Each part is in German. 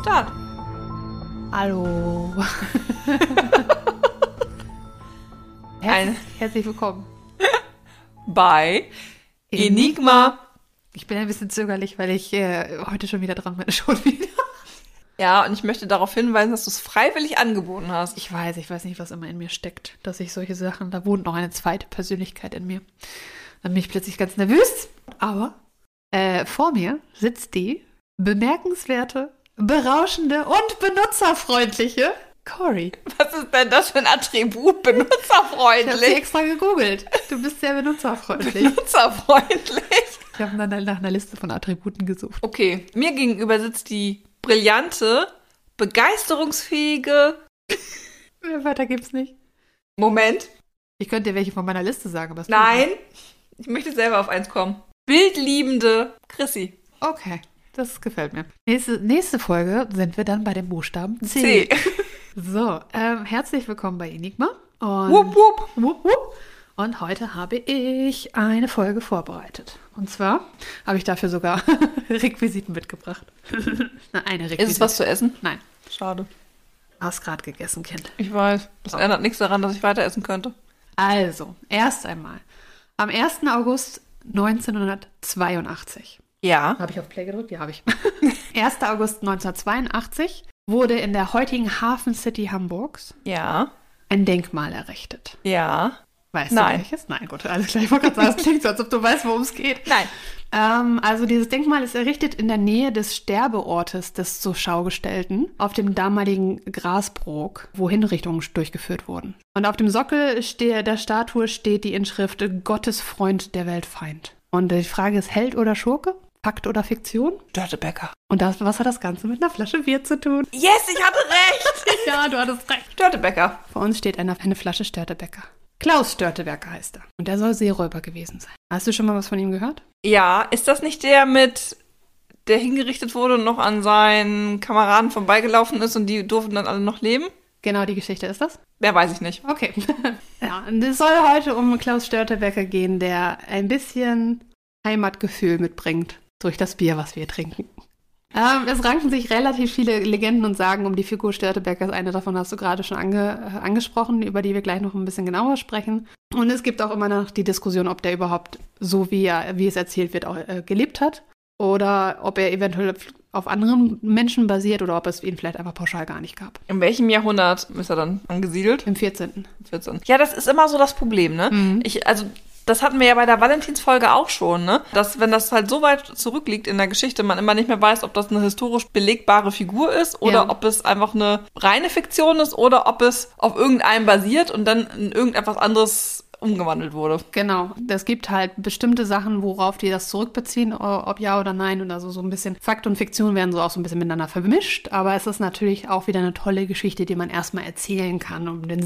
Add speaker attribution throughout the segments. Speaker 1: Start.
Speaker 2: Hallo.
Speaker 1: Ein-
Speaker 2: Herzlich, herzlich willkommen.
Speaker 1: Bei Enigma.
Speaker 2: Ich bin ein bisschen zögerlich, weil ich äh, heute schon wieder dran bin. Schon wieder.
Speaker 1: Ja, und ich möchte darauf hinweisen, dass du es freiwillig angeboten hast.
Speaker 2: Ich weiß, ich weiß nicht, was immer in mir steckt, dass ich solche Sachen, da wohnt noch eine zweite Persönlichkeit in mir. Dann bin ich plötzlich ganz nervös. Aber äh, vor mir sitzt die bemerkenswerte, berauschende und benutzerfreundliche Cory.
Speaker 1: Was ist denn das für ein Attribut?
Speaker 2: Ich habe sie
Speaker 1: Benutzerfreundlich.
Speaker 2: extra gegoogelt. Du bist sehr benutzerfreundlich.
Speaker 1: Benutzerfreundlich.
Speaker 2: Ich habe dann nach einer Liste von Attributen gesucht.
Speaker 1: Okay, mir gegenüber sitzt die brillante, begeisterungsfähige.
Speaker 2: Äh, Weiter gibt's nicht.
Speaker 1: Moment.
Speaker 2: Ich könnte dir welche von meiner Liste sagen, aber es tut
Speaker 1: Nein. Ich möchte selber auf eins kommen. Bildliebende Chrissy.
Speaker 2: mir- Okay, das gefällt mir. Nächste, nächste Folge sind wir dann bei dem Buchstaben C.
Speaker 1: C.
Speaker 2: So, ähm, herzlich willkommen bei Enigma. Und,
Speaker 1: Wupp, wupp.
Speaker 2: Wupp, wupp. und heute habe ich eine Folge vorbereitet. Und zwar habe ich dafür sogar Requisiten mitgebracht. Na, eine Requisite.
Speaker 1: Ist es was zu essen?
Speaker 2: Nein,
Speaker 1: Schade.
Speaker 2: hast gerade gegessen, Kind.
Speaker 1: Ich weiß. Das ändert nichts daran, dass ich weiter essen könnte.
Speaker 2: Also, erst einmal. Am 1. August 1982.
Speaker 1: Ja.
Speaker 2: Habe ich auf Play gedrückt? Ja, habe ich. 1. August 1982 wurde in der heutigen Hafen City Hamburgs
Speaker 1: Ja.
Speaker 2: ein Denkmal errichtet.
Speaker 1: Ja.
Speaker 2: Weißt
Speaker 1: Nein.
Speaker 2: du welches? Nein, gut, alles gleich. Ich wollte gerade sagen, das klingt so, als ob du weißt, worum es geht.
Speaker 1: Nein.
Speaker 2: Ähm, also dieses Denkmal ist errichtet in der Nähe des Sterbeortes des zur Schau gestellten, auf dem damaligen Grasbrook, wo Hinrichtungen durchgeführt wurden. Und auf dem Sockel stehe, der Statue steht die Inschrift Gottes Freund, der Weltfeind. Und die Frage ist, Held oder Schurke? Fakt oder Fiktion?
Speaker 1: Dörtebecker.
Speaker 2: Und das, was hat das Ganze mit einer Flasche Bier zu tun?
Speaker 1: Yes, ich hatte recht.
Speaker 2: Ja, du hattest recht.
Speaker 1: Dörtebecker.
Speaker 2: Vor uns steht eine, eine Flasche Störtebecker. Klaus Störtebecker heißt er. Und er soll Seeräuber gewesen sein. Hast du schon mal was von ihm gehört?
Speaker 1: Ja, ist das nicht der mit, der hingerichtet wurde und noch an seinen Kameraden vorbeigelaufen ist und die durften dann alle noch leben?
Speaker 2: Genau die Geschichte ist das?
Speaker 1: Mehr weiß ich nicht.
Speaker 2: Okay. ja, und es soll heute um Klaus Störtebecker gehen, der ein bisschen Heimatgefühl mitbringt durch das Bier, was wir trinken. Ähm, es ranken sich relativ viele Legenden und Sagen um die Figur Störtebeckers. Eine davon hast du gerade schon ange äh, angesprochen, über die wir gleich noch ein bisschen genauer sprechen. Und es gibt auch immer noch die Diskussion, ob der überhaupt so, wie, er, wie es erzählt wird, auch äh, gelebt hat. Oder ob er eventuell auf anderen Menschen basiert oder ob es ihn vielleicht einfach pauschal gar nicht gab.
Speaker 1: In welchem Jahrhundert ist er dann angesiedelt?
Speaker 2: Im 14.
Speaker 1: 14. Ja, das ist immer so das Problem, ne?
Speaker 2: Mhm.
Speaker 1: Ich, also, das hatten wir ja bei der Valentinsfolge auch schon, ne? Dass, wenn das halt so weit zurückliegt in der Geschichte, man immer nicht mehr weiß, ob das eine historisch belegbare Figur ist oder
Speaker 2: Ja.
Speaker 1: ob es einfach eine reine Fiktion ist oder ob es auf irgendeinem basiert und dann in irgendetwas anderes umgewandelt wurde.
Speaker 2: Genau. Es gibt halt bestimmte Sachen, worauf die das zurückbeziehen, o- ob ja oder nein oder so, so ein bisschen. Fakt und Fiktion werden so auch so ein bisschen miteinander vermischt, aber es ist natürlich auch wieder eine tolle Geschichte, die man erstmal erzählen kann, um den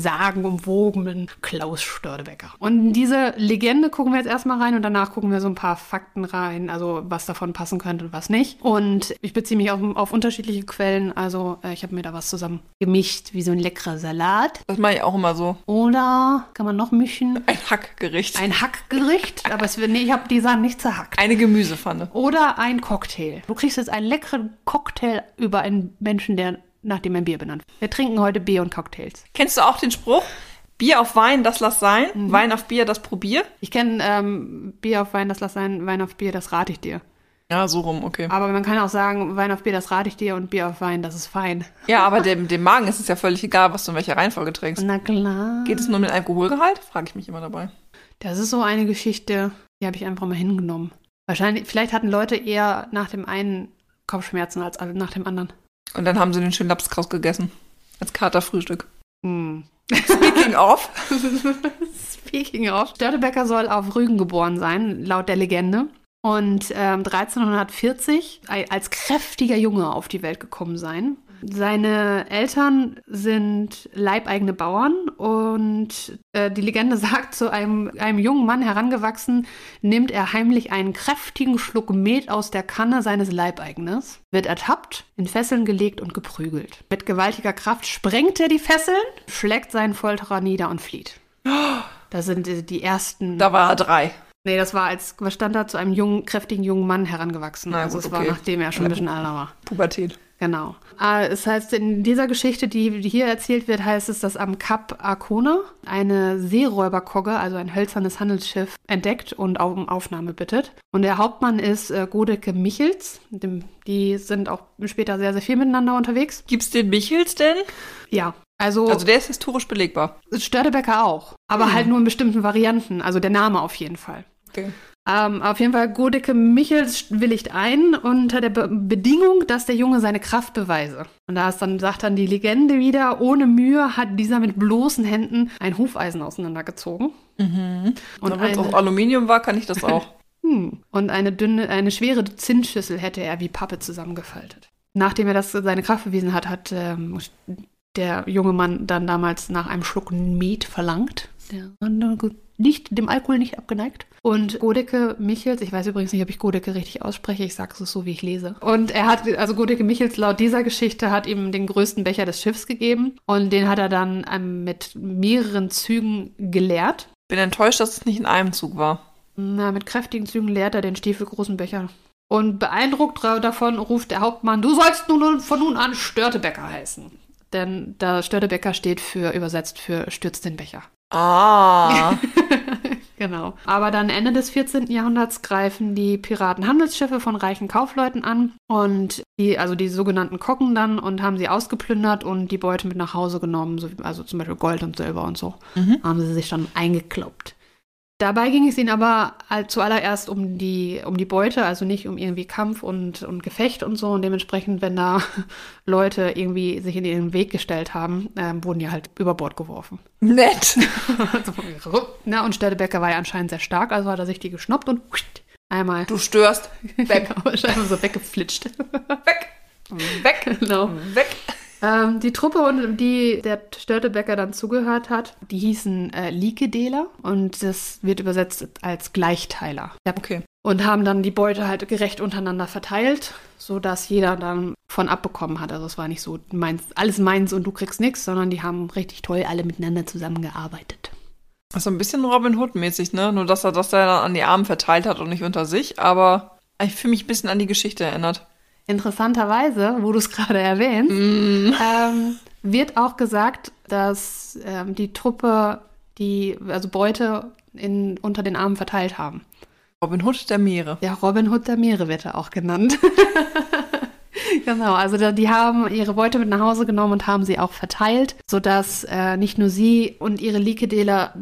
Speaker 2: sagenumwobenen Klaus Stördebecker. Und in diese Legende gucken wir jetzt erstmal rein und danach gucken wir so ein paar Fakten rein, also was davon passen könnte und was nicht. Und ich beziehe mich auf, auf unterschiedliche Quellen, also äh, ich habe mir da was zusammen gemischt, wie so ein leckerer Salat.
Speaker 1: Das mache ich auch immer so.
Speaker 2: Oder kann man noch mischen?
Speaker 1: Ein Hackgericht.
Speaker 2: Ein Hackgericht, aber es wird, nee, ich habe die Sachen nicht zerhackt.
Speaker 1: Eine Gemüsepfanne.
Speaker 2: Oder ein Cocktail. Du kriegst jetzt einen leckeren Cocktail über einen Menschen, der nach dem ein Bier benannt. wird. Wir trinken heute Bier und Cocktails.
Speaker 1: Kennst du auch den Spruch? Bier auf Wein, das lass sein.
Speaker 2: Mhm.
Speaker 1: Wein auf Bier, das probier.
Speaker 2: Ich kenne ähm, Bier auf Wein, das lass sein, Wein auf Bier, das rate ich dir.
Speaker 1: Ja, so rum, okay.
Speaker 2: Aber man kann auch sagen, Wein auf Bier, das rate ich dir und Bier auf Wein, das ist fein.
Speaker 1: Ja, aber dem, dem Magen ist es ja völlig egal, was du in welcher Reihenfolge trinkst.
Speaker 2: Na klar.
Speaker 1: Geht es nur um den Alkoholgehalt? Frage ich mich immer dabei.
Speaker 2: Das ist so eine Geschichte, die habe ich einfach mal hingenommen. Wahrscheinlich, vielleicht hatten Leute eher nach dem einen Kopfschmerzen als nach dem anderen.
Speaker 1: Und dann haben sie den schönen Lapskraus gegessen. Als Katerfrühstück.
Speaker 2: Hm.
Speaker 1: Speaking of.
Speaker 2: Speaking of, Störtebecker soll auf Rügen geboren sein, laut der Legende. Und ähm, 1340 ei- als kräftiger Junge auf die Welt gekommen sein. Seine Eltern sind leibeigene Bauern und äh, die Legende sagt, zu einem, einem jungen Mann herangewachsen, nimmt er heimlich einen kräftigen Schluck Met aus der Kanne seines Leibeignes, wird ertappt, in Fesseln gelegt und geprügelt. Mit gewaltiger Kraft sprengt er die Fesseln, schlägt seinen Folterer nieder und flieht. Das sind äh, die ersten.
Speaker 1: Da war er drei.
Speaker 2: Nee, das war als was stand da zu einem jungen, kräftigen jungen Mann herangewachsen.
Speaker 1: Na
Speaker 2: also
Speaker 1: gut,
Speaker 2: es war
Speaker 1: okay.
Speaker 2: nachdem er schon ein bisschen älter war.
Speaker 1: Pubertät.
Speaker 2: Genau. Äh, Es heißt, in dieser Geschichte, die, die hier erzählt wird, heißt es, dass am Kap Arkona eine Seeräuberkogge, also ein hölzernes Handelsschiff, entdeckt und auf- um Aufnahme bittet. Und der Hauptmann ist äh, Godeke Michels. Dem, die sind auch später sehr, sehr viel miteinander unterwegs.
Speaker 1: Gibt's den Michels denn?
Speaker 2: Ja. Also,
Speaker 1: Also der ist historisch belegbar.
Speaker 2: Störtebecker auch, aber
Speaker 1: Hm.
Speaker 2: halt nur in bestimmten Varianten. Also der Name auf jeden Fall.
Speaker 1: Okay.
Speaker 2: Ähm, auf jeden Fall, Godeke Michels willigt ein unter der Be Bedingung, dass der Junge seine Kraft beweise. Und da ist dann, sagt dann die Legende wieder, ohne Mühe hat dieser mit bloßen Händen ein Hufeisen auseinandergezogen.
Speaker 1: Mhm.
Speaker 2: Und
Speaker 1: Und wenn es
Speaker 2: eine-
Speaker 1: aus Aluminium war, kann ich das auch.
Speaker 2: Hm. Und eine dünne, eine schwere Zinnschüssel hätte er wie Pappe zusammengefaltet. Nachdem er das seine Kraft bewiesen hat, hat ähm, der junge Mann dann damals nach einem Schluck Met verlangt. Der andere gut- nicht dem Alkohol nicht abgeneigt. Und Godeke Michels, ich weiß übrigens nicht, ob ich Godeke richtig ausspreche, ich sage es so, wie ich lese. Und er hat, also Godeke Michels laut dieser Geschichte hat ihm den größten Becher des Schiffs gegeben und den hat er dann ähm, mit mehreren Zügen geleert.
Speaker 1: Bin enttäuscht, dass es nicht in einem Zug war.
Speaker 2: Na, mit kräftigen Zügen leert er den stiefelgroßen Becher. Und beeindruckt dra- davon ruft der Hauptmann, du sollst nun von nun an Störtebecker heißen. Denn da Störtebecker steht für, übersetzt für stürzt den Becher.
Speaker 1: Ah.
Speaker 2: Genau. Aber dann Ende des 14. Jahrhunderts greifen die Piraten Handelsschiffe von reichen Kaufleuten an und die, also die sogenannten Kocken dann und haben sie ausgeplündert und die Beute mit nach Hause genommen, so, wie- also zum Beispiel Gold und Silber und so.
Speaker 1: Mhm.
Speaker 2: Haben sie sich dann eingekloppt. Dabei ging es ihnen aber all- zuallererst um die, um die Beute, also nicht um irgendwie Kampf und, und Gefecht und so. Und dementsprechend, wenn da Leute irgendwie sich in ihren Weg gestellt haben, ähm, wurden die halt über Bord geworfen.
Speaker 1: Nett.
Speaker 2: Also, rupp. Na, und Störtebecker war ja anscheinend sehr stark, also hat er sich die geschnappt und huischt, einmal
Speaker 1: Du störst. Weg.
Speaker 2: scheinbar so weggeflitscht.
Speaker 1: Weg. Weg.
Speaker 2: genau.
Speaker 1: Weg.
Speaker 2: Ähm, die Truppe, und die der Störtebecker dann zugehört hat, die hießen äh, Likedeler und das wird übersetzt als Gleichteiler. Ja,
Speaker 1: Okay.
Speaker 2: Und haben dann die Beute halt gerecht untereinander verteilt, sodass jeder dann von abbekommen hat. Also es war nicht so meins, alles meins und du kriegst nichts, sondern die haben richtig toll alle miteinander zusammengearbeitet.
Speaker 1: Also ein bisschen Robin Hood-mäßig, ne? Nur, dass er das dann an die Armen verteilt hat und nicht unter sich. Aber ich fühle mich ein bisschen an die Geschichte erinnert.
Speaker 2: Interessanterweise, wo du es gerade erwähnst,
Speaker 1: Mm.
Speaker 2: ähm, wird auch gesagt, dass ähm, die Truppe die also Beute in, unter den Armen verteilt haben.
Speaker 1: Robin Hood der Meere.
Speaker 2: Der Robin Hood der Meere wird er auch genannt. genau, also da, die haben ihre Beute mit nach Hause genommen und haben sie auch verteilt, sodass äh, nicht nur sie und ihre Likedeler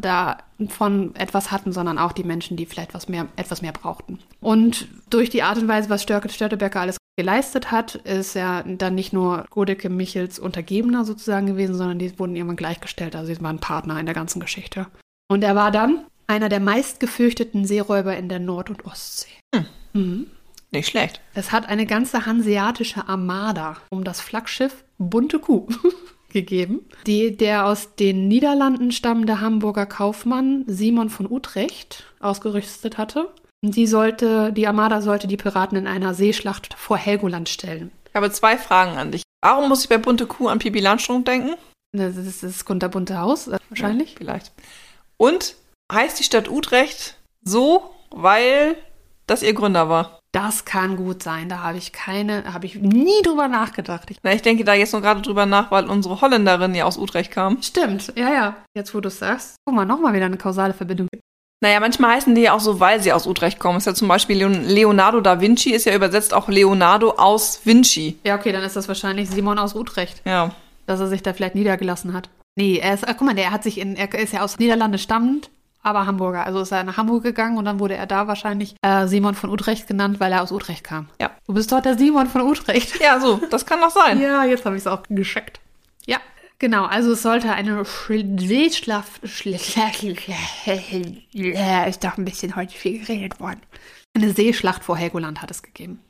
Speaker 2: davon etwas hatten, sondern auch die Menschen, die vielleicht was mehr, etwas mehr brauchten. Und durch die Art und Weise, was Störke Störtebecker alles geleistet hat, ist er dann nicht nur Godeke Michels Untergebener sozusagen gewesen, sondern die wurden irgendwann gleichgestellt. Also sie waren Partner in der ganzen Geschichte. Und er war dann einer der meistgefürchteten Seeräuber in der Nord- und Ostsee. Mhm.
Speaker 1: Nicht schlecht.
Speaker 2: Es hat eine ganze hanseatische Armada um das Flaggschiff Bunte Kuh gegeben, die der aus den Niederlanden stammende Hamburger Kaufmann Simon von Utrecht ausgerüstet hatte. Und Die sollte, die Armada sollte die Piraten in einer Seeschlacht vor Helgoland stellen.
Speaker 1: Ich habe zwei Fragen an dich. Warum muss ich bei bunte Kuh an Pipi Landstrunk denken?
Speaker 2: Das ist das kunterbunte Haus, äh, wahrscheinlich.
Speaker 1: Ja, vielleicht. Und heißt die Stadt Utrecht so, weil das ihr Gründer war?
Speaker 2: Das kann gut sein. Da habe ich keine, habe ich nie drüber nachgedacht. Ich,
Speaker 1: Na, ich denke da jetzt nur gerade drüber nach, weil unsere Holländerin ja aus Utrecht kam.
Speaker 2: stimmt, ja, ja. Jetzt, wo du es sagst, guck mal, nochmal wieder eine kausale Verbindung.
Speaker 1: Naja, manchmal heißen die ja auch so, weil sie aus Utrecht kommen. Ist ja zum Beispiel Leon Leonardo da Vinci, ist ja übersetzt auch Leonardo aus Vinci.
Speaker 2: Ja, okay, dann ist das wahrscheinlich Simon aus Utrecht,
Speaker 1: Ja.
Speaker 2: dass er sich da vielleicht niedergelassen hat. Nee, er ist, ach, guck mal, der hat sich in, er ist ja aus Niederlande stammend, aber Hamburger. Also ist er nach Hamburg gegangen und dann wurde er da wahrscheinlich äh, Simon von Utrecht genannt, weil er aus Utrecht kam.
Speaker 1: Ja.
Speaker 2: Du bist doch der Simon von Utrecht.
Speaker 1: Ja, so, das kann doch sein.
Speaker 2: Ja, jetzt habe ich es auch gescheckt. Ja, genau. Also es sollte eine Sch- Seeschlacht. Schl- Ist doch ein bisschen heute viel geredet worden. Mhm. Eine Seeschlacht vor Helgoland hat es gegeben.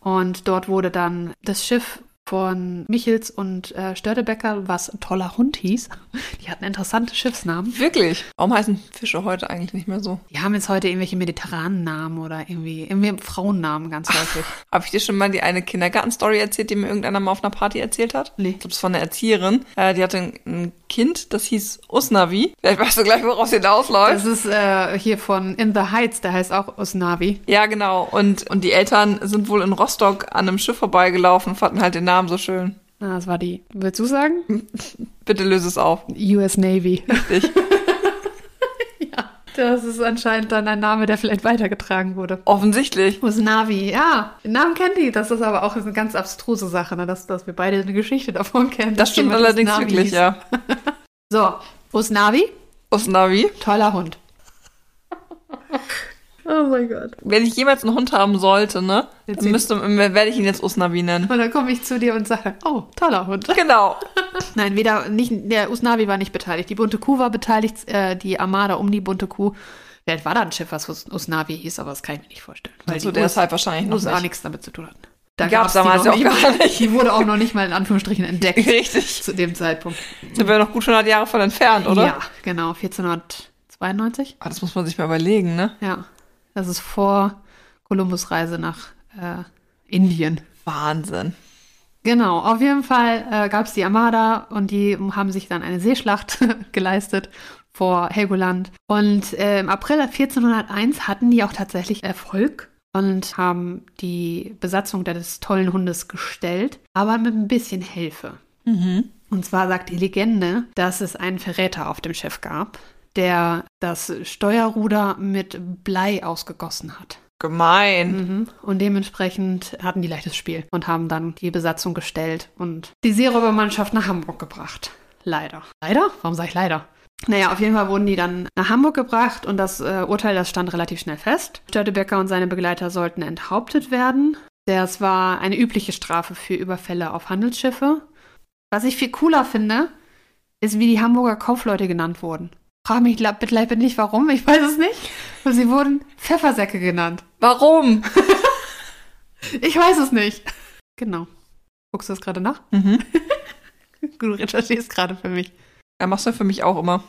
Speaker 2: Und dort wurde dann das Schiff von Michels und äh, Störtebecker, was toller Hund hieß. Die hatten interessante Schiffsnamen.
Speaker 1: Wirklich. Warum heißen Fische heute eigentlich nicht mehr so?
Speaker 2: Die haben jetzt heute irgendwelche mediterranen Namen oder irgendwie, irgendwie Frauennamen ganz häufig.
Speaker 1: Habe ich dir schon mal die eine Kindergarten-Story erzählt, die mir irgendeiner mal auf einer Party erzählt hat?
Speaker 2: Nee.
Speaker 1: Ich glaube, es war eine Erzieherin. Äh, die hatte einen Kind, das hieß Usnavi. Vielleicht weißt du gleich, woraus hinausläuft.
Speaker 2: Das ist äh, hier von In the Heights, der heißt auch Usnavi.
Speaker 1: Ja, genau. Und, und die Eltern sind wohl in Rostock an einem Schiff vorbeigelaufen und fanden halt den Namen so schön.
Speaker 2: Ah, das war die. Willst du sagen?
Speaker 1: Bitte löse es auf.
Speaker 2: US Navy.
Speaker 1: Richtig.
Speaker 2: ja, das ist anscheinend dann ein Name, der vielleicht weitergetragen wurde.
Speaker 1: Offensichtlich.
Speaker 2: Usnavi, ja. Den Namen kennt die. Das ist aber auch eine ganz abstruse Sache, ne? dass, dass wir beide eine Geschichte davon kennen.
Speaker 1: Das stimmt
Speaker 2: jemand
Speaker 1: allerdings
Speaker 2: Usnavi
Speaker 1: wirklich,
Speaker 2: hieß.
Speaker 1: ja.
Speaker 2: So, Usnavi,
Speaker 1: Usnavi.
Speaker 2: toller Hund. oh mein Gott.
Speaker 1: Wenn ich jemals einen Hund haben sollte, ne,
Speaker 2: Jetzt
Speaker 1: dann müsste, werde ich ihn jetzt Usnavi nennen.
Speaker 2: Und dann komme ich zu dir und sage, oh, toller Hund.
Speaker 1: Genau.
Speaker 2: Nein, weder nicht, der Usnavi war nicht beteiligt. Die bunte Kuh war beteiligt, äh, die Armada um die bunte Kuh. Vielleicht war da ein Schiff, was Us- Usnavi hieß, aber das kann ich mir nicht vorstellen. Weil
Speaker 1: Also
Speaker 2: die
Speaker 1: der
Speaker 2: US
Speaker 1: ist halt wahrscheinlich noch
Speaker 2: USA
Speaker 1: nicht.
Speaker 2: nichts damit zu tun hatten. Da
Speaker 1: Die gab's damals
Speaker 2: die
Speaker 1: ja auch
Speaker 2: noch
Speaker 1: gar nicht.
Speaker 2: Die wurde auch noch nicht mal in Anführungsstrichen entdeckt
Speaker 1: Richtig.
Speaker 2: zu dem Zeitpunkt.
Speaker 1: Sind wir noch gut 100 Jahre von entfernt, oder?
Speaker 2: Ja, genau, 1492.
Speaker 1: Ah, das muss man sich mal überlegen, ne?
Speaker 2: Ja, das ist vor Kolumbus Reise nach äh, Indien.
Speaker 1: Wahnsinn.
Speaker 2: Genau, auf jeden Fall äh, gab es die Armada und die haben sich dann eine Seeschlacht geleistet vor Helgoland. Und äh, im April 1401 hatten die auch tatsächlich Erfolg und haben die Besatzung des tollen Hundes gestellt, aber mit ein bisschen Hilfe. Und zwar sagt die Legende, dass es einen Verräter auf dem Schiff gab, der das Steuerruder mit Blei ausgegossen hat.
Speaker 1: Gemein.
Speaker 2: Mhm. Und dementsprechend hatten die leichtes Spiel und haben dann die Besatzung gestellt und die Seeräubermannschaft nach Hamburg gebracht. Leider. Leider? Warum sage ich leider? Naja, auf jeden Fall wurden die dann nach Hamburg gebracht und das äh, Urteil, das stand relativ schnell fest. Störtebecker und seine Begleiter sollten enthauptet werden. Das war eine übliche Strafe für Überfälle auf Handelsschiffe. Was ich viel cooler finde, ist, wie die Hamburger Kaufleute genannt wurden. Frag mich la- bitte nicht warum, ich weiß es nicht. Aber sie wurden Pfeffersäcke genannt.
Speaker 1: Warum?
Speaker 2: Ich weiß es nicht. Genau. Guckst du das gerade nach?
Speaker 1: Mhm.
Speaker 2: Du recherchierst gerade für mich.
Speaker 1: Er macht das für mich auch immer.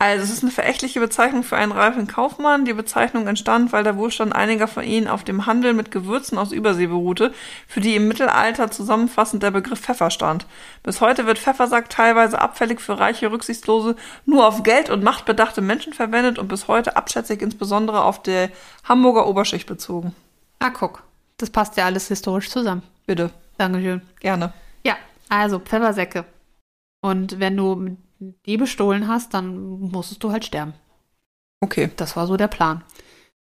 Speaker 1: Also es ist eine verächtliche Bezeichnung für einen reifen Kaufmann. Die Bezeichnung entstand, weil der Wohlstand einiger von ihnen auf dem Handel mit Gewürzen aus Übersee beruhte, für die im Mittelalter zusammenfassend der Begriff Pfeffer stand. Bis heute wird Pfeffersack teilweise abfällig für reiche, rücksichtslose, nur auf Geld und Macht bedachte Menschen verwendet und bis heute abschätzig insbesondere auf der Hamburger Oberschicht bezogen.
Speaker 2: Ah, guck. Das passt ja alles historisch zusammen.
Speaker 1: Bitte,
Speaker 2: Dankeschön.
Speaker 1: gerne.
Speaker 2: Ja, also Pfeffersäcke. Und wenn du die bestohlen hast, dann musstest du halt sterben.
Speaker 1: Okay.
Speaker 2: Das war so der Plan.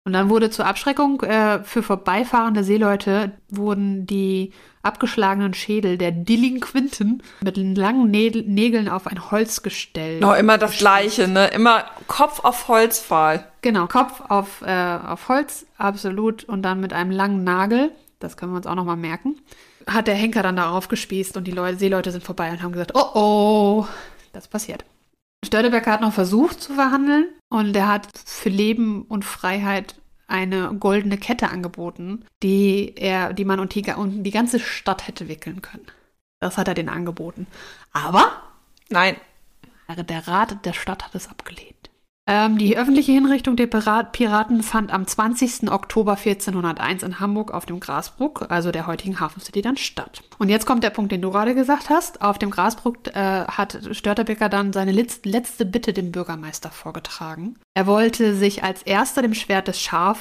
Speaker 2: Und dann wurde zur Abschreckung äh, für vorbeifahrende Seeleute wurden die abgeschlagenen Schädel der Delinquenten mit langen Nä- Nägeln auf ein Holz gestellt.
Speaker 1: Noch immer das Gleiche, ne? Immer Kopf auf Holzpfahl.
Speaker 2: Genau, Kopf auf, äh, auf Holz, absolut, und dann mit einem langen Nagel, das können wir uns auch nochmal merken, hat der Henker dann darauf gespießt und die Leute, Seeleute sind vorbei und haben gesagt, oh oh, das passiert. Störtebecker hat noch versucht zu verhandeln und er hat für Leben und Freiheit eine goldene Kette angeboten, die er, die man und die, ga- und die ganze Stadt hätte wickeln können. Das hat er denen angeboten. Aber
Speaker 1: Nein,
Speaker 2: der Rat der Stadt hat es abgelehnt. Ähm, die öffentliche Hinrichtung der Pira- Piraten fand am 20. Oktober 1401 in Hamburg auf dem Grasbruck, also der heutigen Hafen City, dann statt. Und jetzt kommt der Punkt, den du gerade gesagt hast. Auf dem Grasbruck äh, hat Störtebeker dann seine letz- letzte Bitte dem Bürgermeister vorgetragen. Er wollte sich als erster dem Schwert des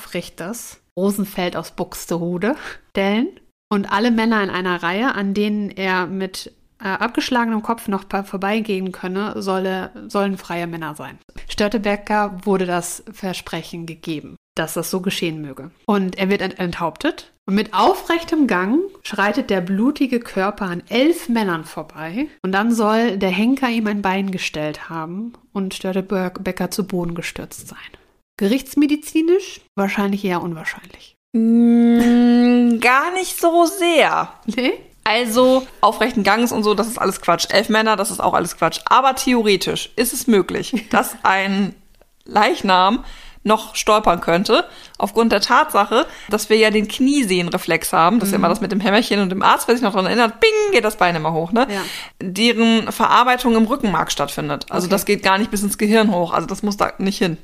Speaker 2: Scharfrichters Rosenfeld aus Buxtehude stellen und alle Männer in einer Reihe, an denen er mit äh, abgeschlagenem Kopf noch pa- vorbeigehen könne, solle, sollen freie Männer sein. Störtebecker wurde das Versprechen gegeben, dass das so geschehen möge. Und er wird ent enthauptet. Und mit aufrechtem Gang schreitet der blutige Körper an elf Männern vorbei. Und dann soll der Henker ihm ein Bein gestellt haben und Störtebecker zu Boden gestürzt sein. Gerichtsmedizinisch wahrscheinlich eher unwahrscheinlich.
Speaker 1: Mm, Gar nicht so sehr.
Speaker 2: Nee?
Speaker 1: Also aufrechten Gangs und so, das ist alles Quatsch. Elf Männer, das ist auch alles Quatsch. Aber theoretisch ist es möglich, dass ein Leichnam noch stolpern könnte, aufgrund der Tatsache, dass wir ja den Kniesehnreflex haben,
Speaker 2: Mhm.
Speaker 1: das ist ja immer das mit dem Hämmerchen und dem Arzt, wer sich noch dran erinnert, bing, geht das Bein immer hoch, ne?
Speaker 2: Ja.
Speaker 1: Deren Verarbeitung im Rückenmark stattfindet. Also
Speaker 2: Okay.
Speaker 1: das geht gar nicht bis ins Gehirn hoch, also das muss da nicht hin.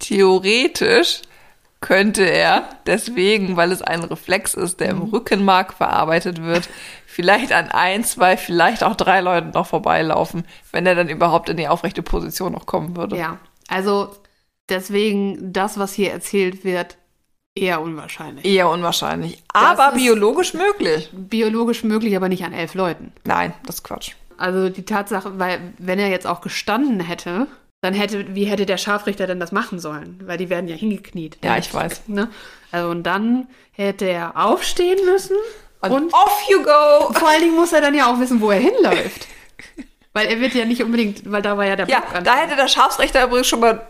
Speaker 1: Theoretisch könnte er deswegen, weil es ein Reflex ist, der
Speaker 2: Mhm.
Speaker 1: im Rückenmark verarbeitet wird, vielleicht an ein, zwei, vielleicht auch drei Leuten noch vorbeilaufen, wenn er dann überhaupt in die aufrechte Position noch kommen würde.
Speaker 2: Ja, also deswegen das, was hier erzählt wird, eher unwahrscheinlich.
Speaker 1: Eher unwahrscheinlich. Aber
Speaker 2: ist-
Speaker 1: biologisch möglich.
Speaker 2: Biologisch möglich, aber nicht an elf Leuten.
Speaker 1: Nein, das ist Quatsch.
Speaker 2: Also die Tatsache, weil wenn er jetzt auch gestanden hätte, dann hätte, wie hätte der Scharfrichter denn das machen sollen? Weil die werden ja hingekniet.
Speaker 1: Ja, ich weiß.
Speaker 2: Ne? Also und dann hätte er aufstehen müssen
Speaker 1: Und,
Speaker 2: und
Speaker 1: off you go!
Speaker 2: vor allen Dingen muss er dann ja auch wissen, wo er hinläuft. weil er wird ja nicht unbedingt, weil da war ja der
Speaker 1: Ja,
Speaker 2: Block an-
Speaker 1: da hätte der Scharfsrichter übrigens schon mal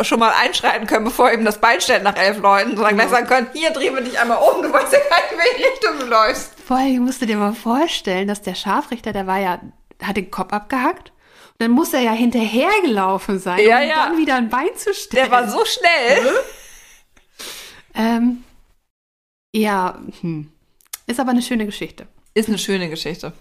Speaker 1: schon mal einschreiten können, bevor er ihm das Bein stellt nach elf Leuten, sondern
Speaker 2: Genau.
Speaker 1: gleich sagen können, hier drehen wir dich einmal um, du weißt ja gar nicht, in welche Richtung du läufst.
Speaker 2: Vor allen Dingen musst du dir mal vorstellen, dass der Scharfrichter, der war ja, hat den Kopf abgehackt. Und dann muss er ja hinterhergelaufen sein,
Speaker 1: Ja,
Speaker 2: um
Speaker 1: ja.
Speaker 2: dann wieder ein Bein zu stellen.
Speaker 1: Der war so schnell.
Speaker 2: Ähm, ja, hm. ist aber eine schöne Geschichte.
Speaker 1: Ist eine schöne Geschichte.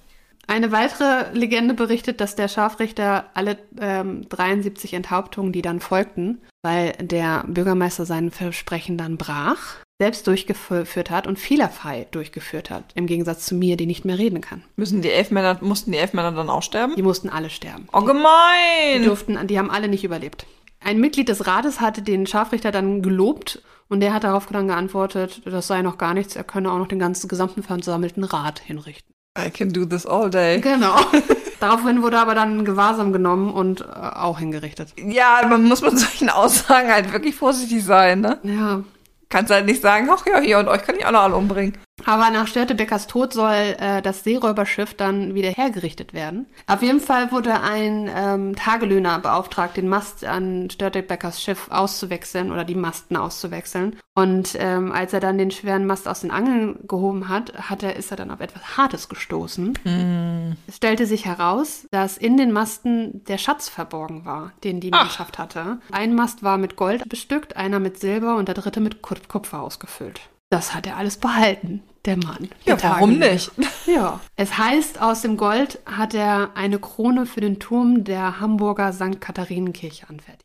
Speaker 2: Eine weitere Legende berichtet, dass der Scharfrichter alle ähm, 73 Enthauptungen, die dann folgten, weil der Bürgermeister sein Versprechen dann brach, selbst durchgeführt hat und vielerfrei durchgeführt hat. Im Gegensatz zu mir, die nicht mehr reden kann.
Speaker 1: Müssen die elf Männer, mussten die elf Männer dann auch sterben?
Speaker 2: Die mussten alle sterben.
Speaker 1: Oh,
Speaker 2: Die
Speaker 1: gemein!
Speaker 2: durften, die haben alle nicht überlebt. Ein Mitglied des Rates hatte den Scharfrichter dann gelobt und der hat darauf dann geantwortet, das sei noch gar nichts, er könne auch noch den ganzen gesamten versammelten Rat hinrichten.
Speaker 1: I can do this all day.
Speaker 2: Genau. Daraufhin wurde er aber dann in Gewahrsam genommen und äh, auch hingerichtet.
Speaker 1: Ja, man muss mit solchen Aussagen halt wirklich vorsichtig sein, ne?
Speaker 2: Ja.
Speaker 1: Kannst halt nicht sagen, ach ja, hier und euch kann ich auch noch alle umbringen.
Speaker 2: Aber nach Störtebeckers Tod soll äh, das Seeräuberschiff dann wieder hergerichtet werden. Auf jeden Fall wurde ein ähm, Tagelöhner beauftragt, den Mast an Störtebeckers Schiff auszuwechseln oder die Masten auszuwechseln. Und ähm, als er dann den schweren Mast aus den Angeln gehoben hat, hat er, ist er dann auf etwas Hartes gestoßen. Es stellte sich heraus, dass in den Masten der Schatz verborgen war, den die
Speaker 1: Ach.
Speaker 2: Mannschaft hatte. Ein Mast war mit Gold bestückt, einer mit Silber und der dritte mit Ku- Kupfer ausgefüllt. Das hat er alles behalten, der Mann.
Speaker 1: Ja,
Speaker 2: Der
Speaker 1: warum
Speaker 2: Tagelöhner.
Speaker 1: nicht?
Speaker 2: Ja. Es heißt, aus dem Gold hat er eine Krone für den Turm der Hamburger St. Katharinenkirche anfertigt.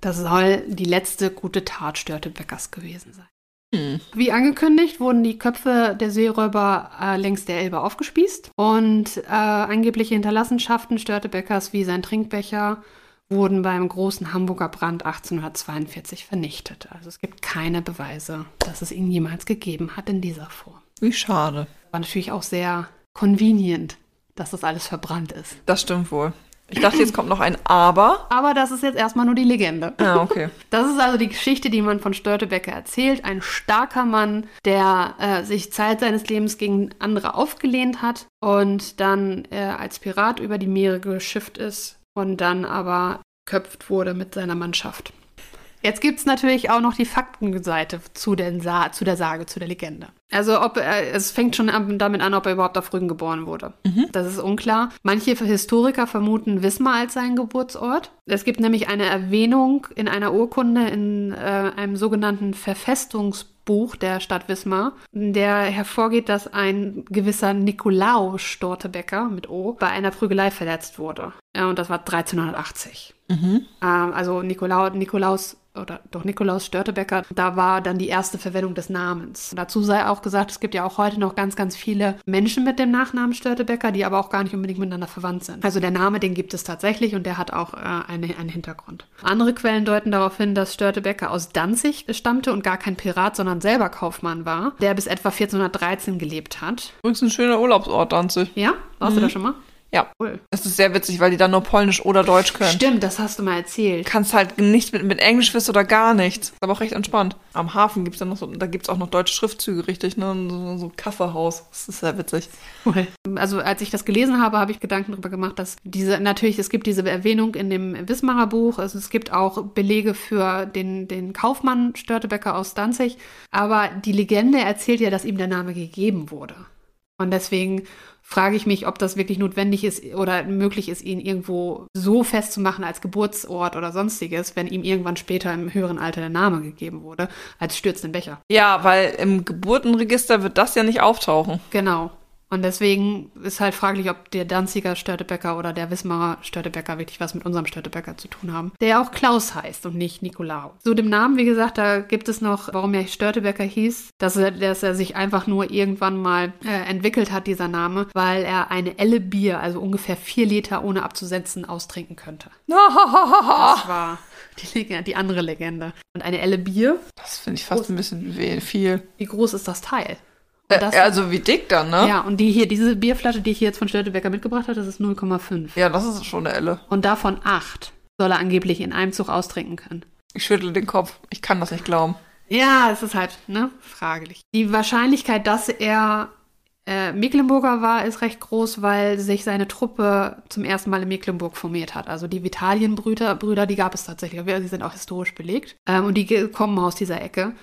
Speaker 2: Das soll die letzte gute Tat Störtebeckers gewesen sein.
Speaker 1: Hm.
Speaker 2: Wie angekündigt wurden die Köpfe der Seeräuber äh, längs der Elbe aufgespießt und äh, angebliche Hinterlassenschaften Störtebeckers wie sein Trinkbecher wurden beim großen Hamburger Brand 1842 vernichtet. Also es gibt keine Beweise, dass es ihn jemals gegeben hat in dieser Form.
Speaker 1: Wie schade.
Speaker 2: War natürlich auch sehr convenient, dass das alles verbrannt ist.
Speaker 1: Das stimmt wohl. Ich dachte, jetzt kommt noch ein Aber.
Speaker 2: Aber das ist jetzt erstmal nur die Legende.
Speaker 1: Ja, okay.
Speaker 2: Das ist also die Geschichte, die man von Störtebecker erzählt. Ein starker Mann, der äh, sich Zeit seines Lebens gegen andere aufgelehnt hat und dann äh, als Pirat über die Meere geschifft ist und dann aber geköpft wurde mit seiner Mannschaft. Jetzt gibt es natürlich auch noch die Faktenseite zu, den Sa zu der Sage, zu der Legende. Also ob er, es fängt schon an, damit an, ob er überhaupt auf Rügen geboren wurde. Das ist unklar. Manche Historiker vermuten Wismar als seinen Geburtsort. Es gibt nämlich eine Erwähnung in einer Urkunde in äh, einem sogenannten Verfestungsbuch der Stadt Wismar, in der hervorgeht, dass ein gewisser Nikolaus Stortebecker mit O bei einer Prügelei verletzt wurde. Ja, und das war 1380.
Speaker 1: Mhm.
Speaker 2: Ähm, also Nikolaus, Nikolaus oder doch Nikolaus Störtebecker, da war dann die erste Verwendung des Namens. Dazu sei auch gesagt, es gibt ja auch heute noch ganz, ganz viele Menschen mit dem Nachnamen Störtebecker, die aber auch gar nicht unbedingt miteinander verwandt sind. Also der Name, den gibt es tatsächlich und der hat auch äh, eine, einen Hintergrund. Andere Quellen deuten darauf hin, dass Störtebecker aus Danzig stammte und gar kein Pirat, sondern selber Kaufmann war, der bis etwa 1413 gelebt hat.
Speaker 1: Übrigens ein schöner Urlaubsort, Danzig.
Speaker 2: Ja, warst du da schon mal?
Speaker 1: Ja.
Speaker 2: Cool.
Speaker 1: Das ist sehr witzig, weil die dann nur Polnisch oder Deutsch können.
Speaker 2: Stimmt, das hast du mal erzählt.
Speaker 1: Du kannst halt nicht mit, mit Englisch wissen oder gar nichts. Ist aber auch recht entspannt. Am Hafen gibt's dann noch so, da gibt's auch noch deutsche Schriftzüge, richtig, ne? Und So, so ein Kaffeehaus. Das ist sehr witzig.
Speaker 2: Cool. Also als ich das gelesen habe, habe ich Gedanken darüber gemacht, dass diese, natürlich, es gibt diese Erwähnung in dem Wismarer Buch, also es gibt auch Belege für den, den Kaufmann Störtebecker aus Danzig, aber die Legende erzählt ja, dass ihm der Name gegeben wurde. Und deswegen frage ich mich, ob das wirklich notwendig ist oder möglich ist, ihn irgendwo so festzumachen als Geburtsort oder sonstiges, wenn ihm irgendwann später im höheren Alter der Name gegeben wurde, als stürzenden Becher.
Speaker 1: Ja, weil im Geburtenregister wird das ja nicht auftauchen.
Speaker 2: Genau. Und deswegen ist halt fraglich, ob der Danziger Störtebecker oder der Wismarer Störtebecker wirklich was mit unserem Störtebecker zu tun haben, der ja auch Klaus heißt und nicht Nikolaus. So dem Namen, wie gesagt, da gibt es noch, warum er Störtebecker hieß, dass er, dass er sich einfach nur irgendwann mal äh, entwickelt hat, dieser Name, weil er eine Elle Bier, also ungefähr vier Liter ohne abzusetzen, austrinken könnte. Das war die, Legende, die andere Legende. Und eine Elle Bier,
Speaker 1: Das finde ich fast ein bisschen we- viel.
Speaker 2: wie groß ist das Teil?
Speaker 1: Äh,
Speaker 2: Und das-
Speaker 1: also wie dick dann, ne?
Speaker 2: Ja, und die hier, diese Bierflasche, die ich hier jetzt von Störtebecker mitgebracht habe, das ist 0,5.
Speaker 1: Ja, das ist schon eine Elle.
Speaker 2: Und davon acht soll er angeblich in einem Zug austrinken können.
Speaker 1: Ich schüttle den Kopf. Ich kann das nicht glauben.
Speaker 2: Ja, es ist halt, ne, fraglich. Die Wahrscheinlichkeit, dass er äh, Mecklenburger war, ist recht groß, weil sich seine Truppe zum ersten Mal in Mecklenburg formiert hat. Also die Vitalienbrüder, Brüder, die gab es tatsächlich. Aber Die sind auch historisch belegt. Ähm, und die ge- kommen aus dieser Ecke.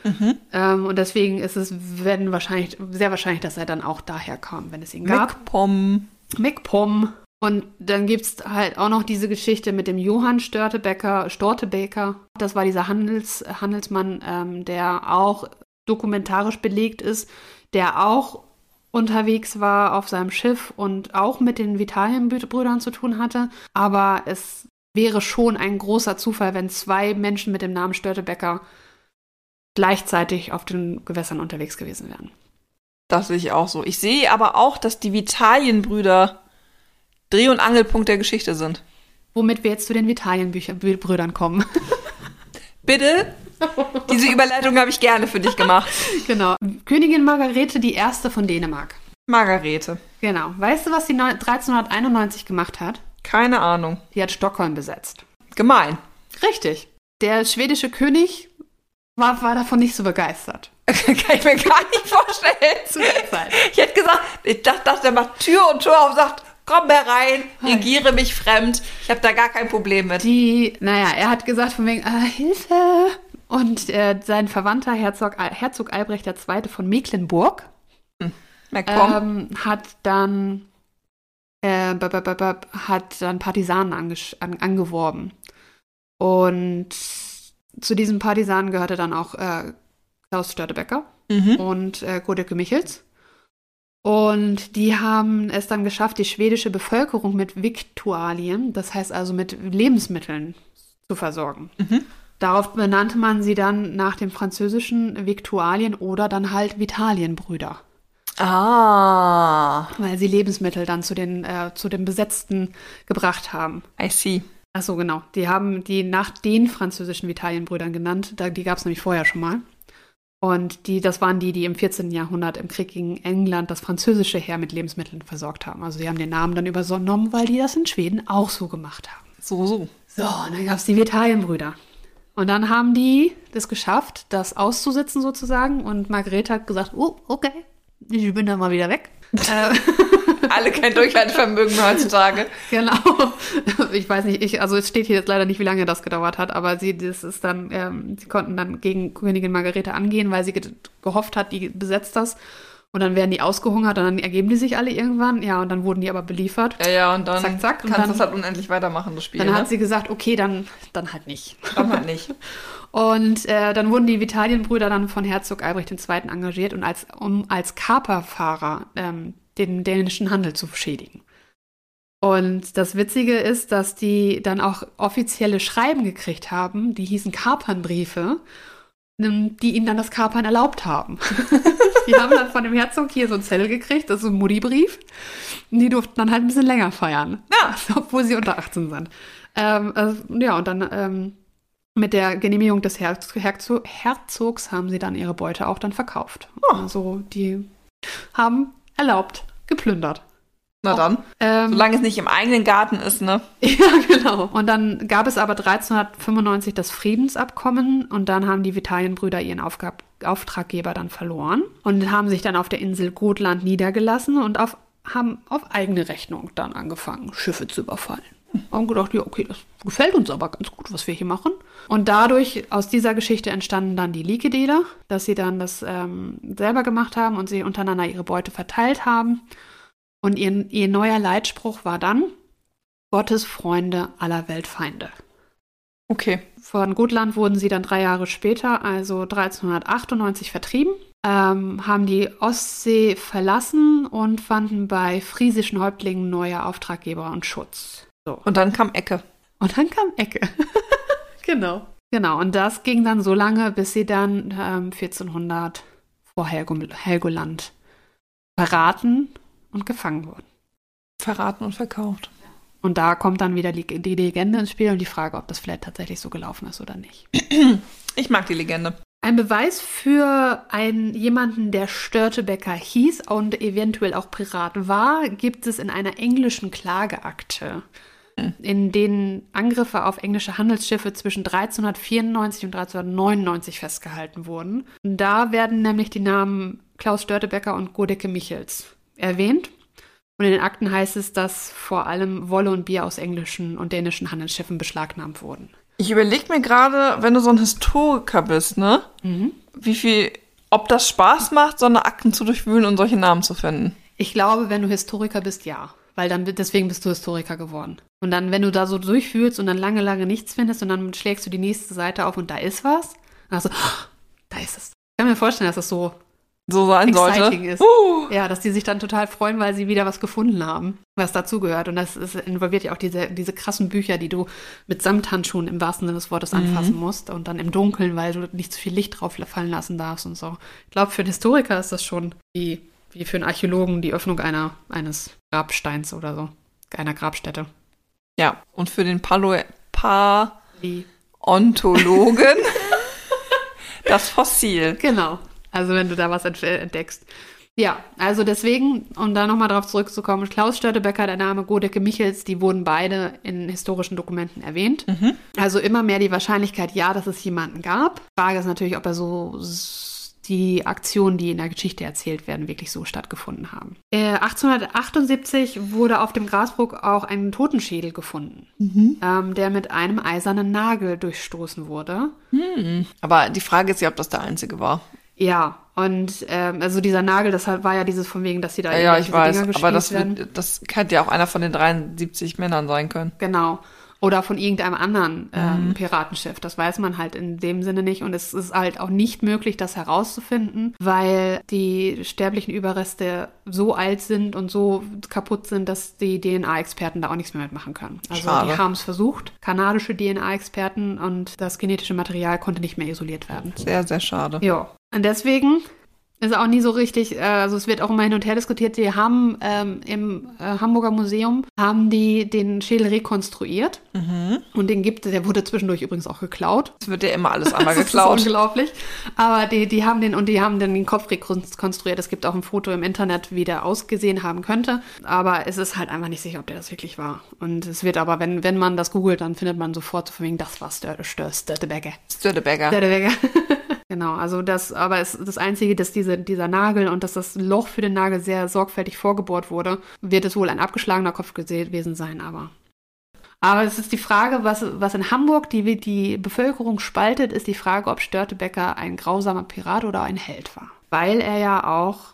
Speaker 2: Ähm, und deswegen ist es, werden wahrscheinlich, sehr wahrscheinlich, dass er dann auch daher kam, wenn es ihn gab.
Speaker 1: Mickpom.
Speaker 2: McPom. Und dann gibt es halt auch noch diese Geschichte mit dem Johann Störtebecker, Stortebeker. Das war dieser Handels, Handelsmann, ähm, der auch dokumentarisch belegt ist, der auch unterwegs war auf seinem Schiff und auch mit den Vitalienbrüdern zu tun hatte. Aber es wäre schon ein großer Zufall, wenn zwei Menschen mit dem Namen Störtebecker gleichzeitig auf den Gewässern unterwegs gewesen wären.
Speaker 1: Das sehe ich auch so. Ich sehe aber auch, dass die Vitalienbrüder Dreh- und Angelpunkt der Geschichte sind.
Speaker 2: Womit wir jetzt zu den Vitalienbrüdern kommen.
Speaker 1: Bitte? Diese Überleitung habe ich gerne für dich gemacht.
Speaker 2: Genau. Königin Margarete die erste von Dänemark.
Speaker 1: Margarete.
Speaker 2: Genau. Weißt du, was sie neu- 1391 gemacht hat?
Speaker 1: Keine Ahnung.
Speaker 2: Die hat Stockholm besetzt.
Speaker 1: Gemein.
Speaker 2: Richtig. Der schwedische König war, war davon nicht so begeistert.
Speaker 1: Kann ich mir gar nicht
Speaker 2: Zu
Speaker 1: vorstellen.
Speaker 2: der Zeit.
Speaker 1: Ich hätte gesagt, ich dachte, dass der macht Tür und Tor auf und sagt, komm herein, regiere mich fremd. Ich habe da gar kein Problem mit.
Speaker 2: Die, naja, er hat gesagt von wegen, ah, Hilfe. Und äh, sein Verwandter Herzog, Al- Herzog Albrecht II. von Mecklenburg
Speaker 1: MacPom.
Speaker 2: ähm, hat dann äh, b -b -b -b hat dann Partisanen angesch- an angeworben. Und zu diesen Partisanen gehörte dann auch äh, Klaus Störtebecker
Speaker 1: mhm.
Speaker 2: und äh, Kodeke Michels. Und die haben es dann geschafft, die schwedische Bevölkerung mit Viktualien, das heißt also mit Lebensmitteln, zu versorgen.
Speaker 1: Mhm.
Speaker 2: Darauf benannte man sie dann nach dem französischen Viktualien oder dann halt Vitalienbrüder Ähm.
Speaker 1: Ah,
Speaker 2: weil sie Lebensmittel dann zu den, äh, zu den Besetzten gebracht haben.
Speaker 1: I see.
Speaker 2: Ach so, genau. Die haben die nach den französischen Vitalienbrüdern genannt. Da, die gab es nämlich vorher schon mal. Und die, das waren die, die im 14. Jahrhundert im Krieg gegen England das französische Heer mit Lebensmitteln versorgt haben. Also die haben den Namen dann übernommen, weil die das in Schweden auch so gemacht haben.
Speaker 1: So, so.
Speaker 2: So, und dann gab es die Vitalienbrüder. Und dann haben die das geschafft, das auszusitzen sozusagen. Und Margarete hat gesagt, oh, okay, ich bin dann mal wieder weg. äh,
Speaker 1: Alle kein Durchhaltevermögen mehr heutzutage.
Speaker 2: Genau. Ich weiß nicht, ich, also es steht hier jetzt leider nicht, wie lange das gedauert hat, aber sie, das ist dann, ähm, sie konnten dann gegen Königin Margarete angehen, weil sie ge gehofft hat, die besetzt das. Und dann werden die ausgehungert und dann ergeben die sich alle irgendwann. Ja, und dann wurden die aber beliefert.
Speaker 1: Ja, ja, und dann
Speaker 2: Zack, zack, und
Speaker 1: kannst du
Speaker 2: dann-
Speaker 1: das halt unendlich weitermachen, das Spiel.
Speaker 2: Dann
Speaker 1: ne?
Speaker 2: hat sie gesagt, okay, dann, dann halt nicht.
Speaker 1: Kann man nicht.
Speaker 2: Und äh, dann wurden die Vitalienbrüder dann von Herzog Albrecht II. engagiert, und als, um als Kaperfahrer ähm, den dänischen Handel zu schädigen. Und das Witzige ist, dass die dann auch offizielle Schreiben gekriegt haben, die hießen Kapernbriefe, ähm, die ihnen dann das Kapern erlaubt haben. die haben dann von dem Herzog hier so einen Zettel gekriegt, das ist so ein Mutti-Brief. Und die durften dann halt ein bisschen länger feiern,
Speaker 1: Ja.
Speaker 2: obwohl sie unter 18 sind. Ähm, also, ja, und dann ähm, mit der Genehmigung des Herz Herzo Herzogs haben sie dann ihre Beute auch dann verkauft.
Speaker 1: Oh.
Speaker 2: Also die haben erlaubt, geplündert.
Speaker 1: Na dann.
Speaker 2: Ähm,
Speaker 1: Solange es nicht im eigenen Garten ist, ne?
Speaker 2: ja, genau. Und dann gab es aber 1395 das Friedensabkommen und dann haben die Vitalienbrüder ihren Aufgab Auftraggeber dann verloren und haben sich dann auf der Insel Gotland niedergelassen und auf, haben auf eigene Rechnung dann angefangen, Schiffe zu überfallen. Haben gedacht, ja, okay, das gefällt uns aber ganz gut, was wir hier machen. Und dadurch, aus dieser Geschichte entstanden dann die Leakedele, dass sie dann das ähm, selber gemacht haben und sie untereinander ihre Beute verteilt haben. Und ihr, ihr neuer Leitspruch war dann, Gottes Freunde aller Welt Feinde.
Speaker 1: Okay.
Speaker 2: Von Gotland wurden sie dann drei Jahre später, also 1398, vertrieben ähm, haben die Ostsee verlassen und fanden bei friesischen Häuptlingen neue Auftraggeber und Schutz. So.
Speaker 1: Und dann kam Ecke.
Speaker 2: Und dann kam Ecke. genau. Genau, und das ging dann so lange, bis sie dann ähm, 1400 vor Helgol- Helgoland verraten und gefangen wurden.
Speaker 1: Verraten und verkauft.
Speaker 2: Und da kommt dann wieder die, die Legende ins Spiel und die Frage, ob das vielleicht tatsächlich so gelaufen ist oder nicht.
Speaker 1: Ich mag die Legende.
Speaker 2: Ein Beweis für einen, jemanden, der Störtebecker hieß und eventuell auch Pirat war, gibt es in einer englischen Klageakte, in denen Angriffe auf englische Handelsschiffe zwischen 1394 und 1399 festgehalten wurden. Und da werden nämlich die Namen Klaus Störtebecker und Godeke Michels erwähnt. Und in den Akten heißt es, dass vor allem Wolle und Bier aus englischen und dänischen Handelsschiffen beschlagnahmt wurden.
Speaker 1: Ich überlege mir gerade, wenn du so ein Historiker bist, ne? Wie viel, ob das Spaß macht, so eine Akten zu durchwühlen und solche Namen zu finden.
Speaker 2: Ich glaube, wenn du Historiker bist, ja. Weil dann deswegen bist du Historiker geworden. Und dann, wenn du da so durchfühlst und dann lange, lange nichts findest und dann schlägst du die nächste Seite auf und da ist was, dann hast du, "Ah, da ist es. Ich kann mir vorstellen, dass das so,
Speaker 1: So sein
Speaker 2: Exciting
Speaker 1: sollte.
Speaker 2: ist.
Speaker 1: Uh,
Speaker 2: ja, dass die sich dann total freuen, weil sie wieder was gefunden haben, was dazugehört. Und das ist, involviert ja auch diese, diese krassen Bücher, die du mit Samthandschuhen im wahrsten Sinne des Wortes anfassen musst und dann im Dunkeln, weil du nicht zu viel Licht drauf fallen lassen darfst und so. Ich glaube, für einen Historiker ist das schon wie, wie für einen Archäologen die Öffnung einer, eines Grabsteins oder so, einer Grabstätte.
Speaker 1: ja, und für den Palo Pa
Speaker 2: Wie
Speaker 1: Ontologen das Fossil.
Speaker 2: Genau. Also wenn du da was entf- entdeckst. Ja, also deswegen, um da nochmal drauf zurückzukommen, Klaus Störtebecker, der Name Godeke Michels, die wurden beide in historischen Dokumenten erwähnt. Also immer mehr die Wahrscheinlichkeit, ja, dass es jemanden gab. Frage ist natürlich, ob er so s- die Aktionen, die in der Geschichte erzählt werden, wirklich so stattgefunden haben. Äh, 1878 wurde auf dem Grasbrook auch ein Totenschädel gefunden, ähm, der mit einem eisernen Nagel durchstoßen wurde.
Speaker 1: Aber die Frage ist ja, ob das der einzige war.
Speaker 2: Ja, und ähm, also dieser Nagel, das hat- war ja dieses von wegen, dass sie da
Speaker 1: Ja, ja ich
Speaker 2: irgendwelche
Speaker 1: weiß,
Speaker 2: Dinger
Speaker 1: aber
Speaker 2: gespießt
Speaker 1: das,
Speaker 2: werden.
Speaker 1: wird, das hätte ja auch einer von den 73 Männern sein können.
Speaker 2: Genau. Oder von irgendeinem anderen ähm,
Speaker 1: Mhm.
Speaker 2: Piratenschiff. Das weiß man halt in dem Sinne nicht. Und es ist halt auch nicht möglich, das herauszufinden, weil die sterblichen Überreste so alt sind und so kaputt sind, dass die DNA-Experten da auch nichts mehr mitmachen können. Also die
Speaker 1: Schade.
Speaker 2: haben es versucht, kanadische DNA-Experten, und das genetische Material konnte nicht mehr isoliert werden.
Speaker 1: Sehr, sehr schade.
Speaker 2: Ja. Und deswegen ist auch nie so richtig, äh, also es wird auch immer hin und her diskutiert, die haben ähm, im äh, Hamburger Museum, haben die den Schädel rekonstruiert und den gibt, der wurde zwischendurch übrigens auch geklaut.
Speaker 1: Es wird ja immer alles einmal
Speaker 2: Das ist
Speaker 1: geklaut.
Speaker 2: unglaublich. Aber die, die haben den und die haben dann den Kopf rekonstruiert. Es gibt auch ein Foto im Internet, wie der ausgesehen haben könnte. Aber es ist halt einfach nicht sicher, ob der das wirklich war. Und es wird aber, wenn, wenn man das googelt, dann findet man sofort so von wegen, das war Stör- Stör- Störtebecker.
Speaker 1: Störtebäcker.
Speaker 2: Der, der Wecker. genau, also das, aber es, das Einzige, dass diese, dieser Nagel und dass das Loch für den Nagel sehr sorgfältig vorgebohrt wurde, wird es wohl ein abgeschlagener Kopf gese- gewesen sein, aber. Aber es ist die Frage, was, was in Hamburg die, die Bevölkerung spaltet, ist die Frage, ob Störtebecker ein grausamer Pirat oder ein Held war. Weil er ja auch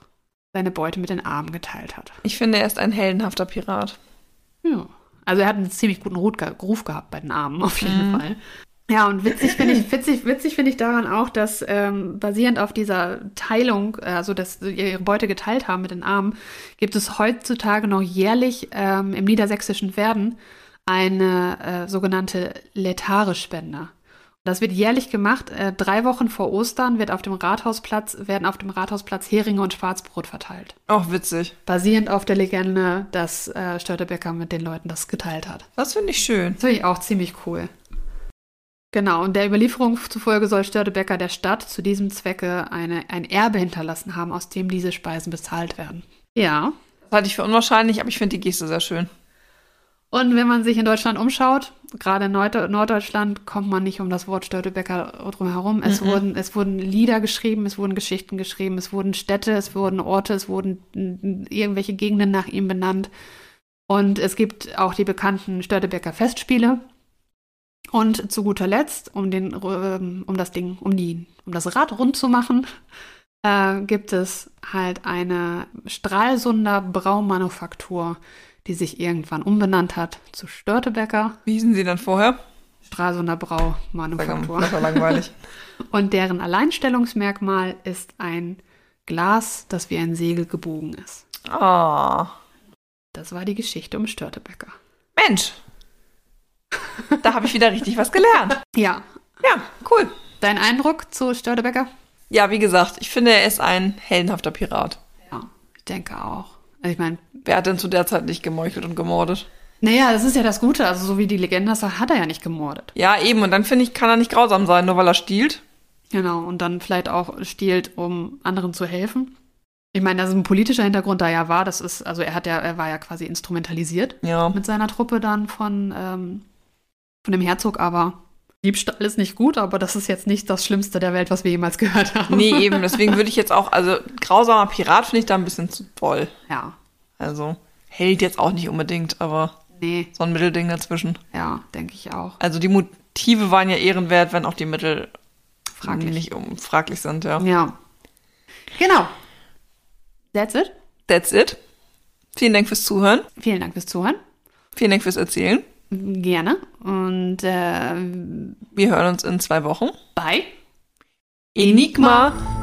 Speaker 2: seine Beute mit den Armen geteilt hat.
Speaker 1: Ich finde, er ist ein heldenhafter Pirat.
Speaker 2: Ja. Also er hat einen ziemlich guten Rut ge- Ruf gehabt bei den Armen, auf jeden Fall. Ja, und witzig finde ich, witzig, witzig finde ich daran auch, dass ähm, basierend auf dieser Teilung, äh, also dass sie ihre Beute geteilt haben mit den Armen, gibt es heutzutage noch jährlich ähm, im niedersächsischen Werden eine äh, sogenannte Letare-Spende. Das wird jährlich gemacht. Äh, drei Wochen vor Ostern wird auf dem Rathausplatz, werden auf dem Rathausplatz Heringe und Schwarzbrot verteilt.
Speaker 1: Auch witzig.
Speaker 2: Basierend auf der Legende, dass äh, Störtebecker mit den Leuten das geteilt hat.
Speaker 1: Das finde ich schön.
Speaker 2: Das finde ich auch ziemlich cool. Genau, und der Überlieferung zufolge soll Störtebecker der Stadt zu diesem Zwecke eine, ein Erbe hinterlassen haben, aus dem diese Speisen bezahlt werden. Ja,
Speaker 1: Das halte ich für unwahrscheinlich, aber ich finde die Geste sehr schön.
Speaker 2: und wenn man sich in Deutschland umschaut, gerade in Nord Norddeutschland, kommt man nicht um das Wort Störtebecker drum herum. Es, wurden, es wurden Lieder geschrieben, es wurden Geschichten geschrieben, es wurden Städte, es wurden Orte, es wurden mm, irgendwelche Gegenden nach ihm benannt. Und es gibt auch die bekannten Störtebecker Festspiele. Und zu guter Letzt, um, den, ähm, um das Ding, um, die, um das Rad rund zu machen, äh, gibt es halt eine Stralsunder Braumanufaktur, die sich irgendwann umbenannt hat zu Störtebecker,
Speaker 1: Wie hießen sie dann vorher?
Speaker 2: Stralsunder
Speaker 1: Sag mal,
Speaker 2: Braumanufaktur.
Speaker 1: Das war langweilig.
Speaker 2: Und deren Alleinstellungsmerkmal ist ein Glas, das wie ein Segel gebogen ist.
Speaker 1: Oh.
Speaker 2: Das war die Geschichte um Störtebecker.
Speaker 1: Mensch. da habe ich wieder richtig was gelernt.
Speaker 2: Ja,
Speaker 1: Ja, cool.
Speaker 2: dein Eindruck zu Störtebecker?
Speaker 1: Ja, wie gesagt, ich finde, er ist ein heldenhafter Pirat.
Speaker 2: Ja, ich denke auch. Also ich meine,
Speaker 1: Wer hat denn zu der Zeit nicht gemeuchelt und gemordet?
Speaker 2: naja, das ist ja das Gute. Also so wie die Legende das sagt, hat er ja nicht gemordet.
Speaker 1: Ja, eben. Und dann finde ich, kann er nicht grausam sein, nur weil er stiehlt.
Speaker 2: Genau, und dann vielleicht auch stiehlt, um anderen zu helfen. Ich meine, dass ein politischer Hintergrund da ja war, das ist, also er hat ja, er war ja quasi instrumentalisiert
Speaker 1: Ja.
Speaker 2: mit seiner Truppe dann von, ähm, von dem Herzog, aber Diebstahl ist nicht gut, aber das ist jetzt nicht das Schlimmste der Welt, was wir jemals gehört haben.
Speaker 1: Nee, eben. Deswegen würde ich jetzt auch, also grausamer Pirat finde ich da ein bisschen zu toll.
Speaker 2: Ja,
Speaker 1: Also Held jetzt auch nicht unbedingt, aber
Speaker 2: nee,
Speaker 1: so ein Mittelding dazwischen.
Speaker 2: ja, denke ich auch.
Speaker 1: Also die Motive waren ja ehrenwert, wenn auch die Mittel
Speaker 2: Fraglich.
Speaker 1: nicht um, fraglich sind, ja.
Speaker 2: Ja. Genau. That's it.
Speaker 1: That's it. Vielen Dank fürs Zuhören.
Speaker 2: Vielen Dank fürs Zuhören.
Speaker 1: Vielen Dank fürs Erzählen.
Speaker 2: Gerne. Und äh,
Speaker 1: Wir hören uns in zwei Wochen.
Speaker 2: bye.
Speaker 1: Enigma.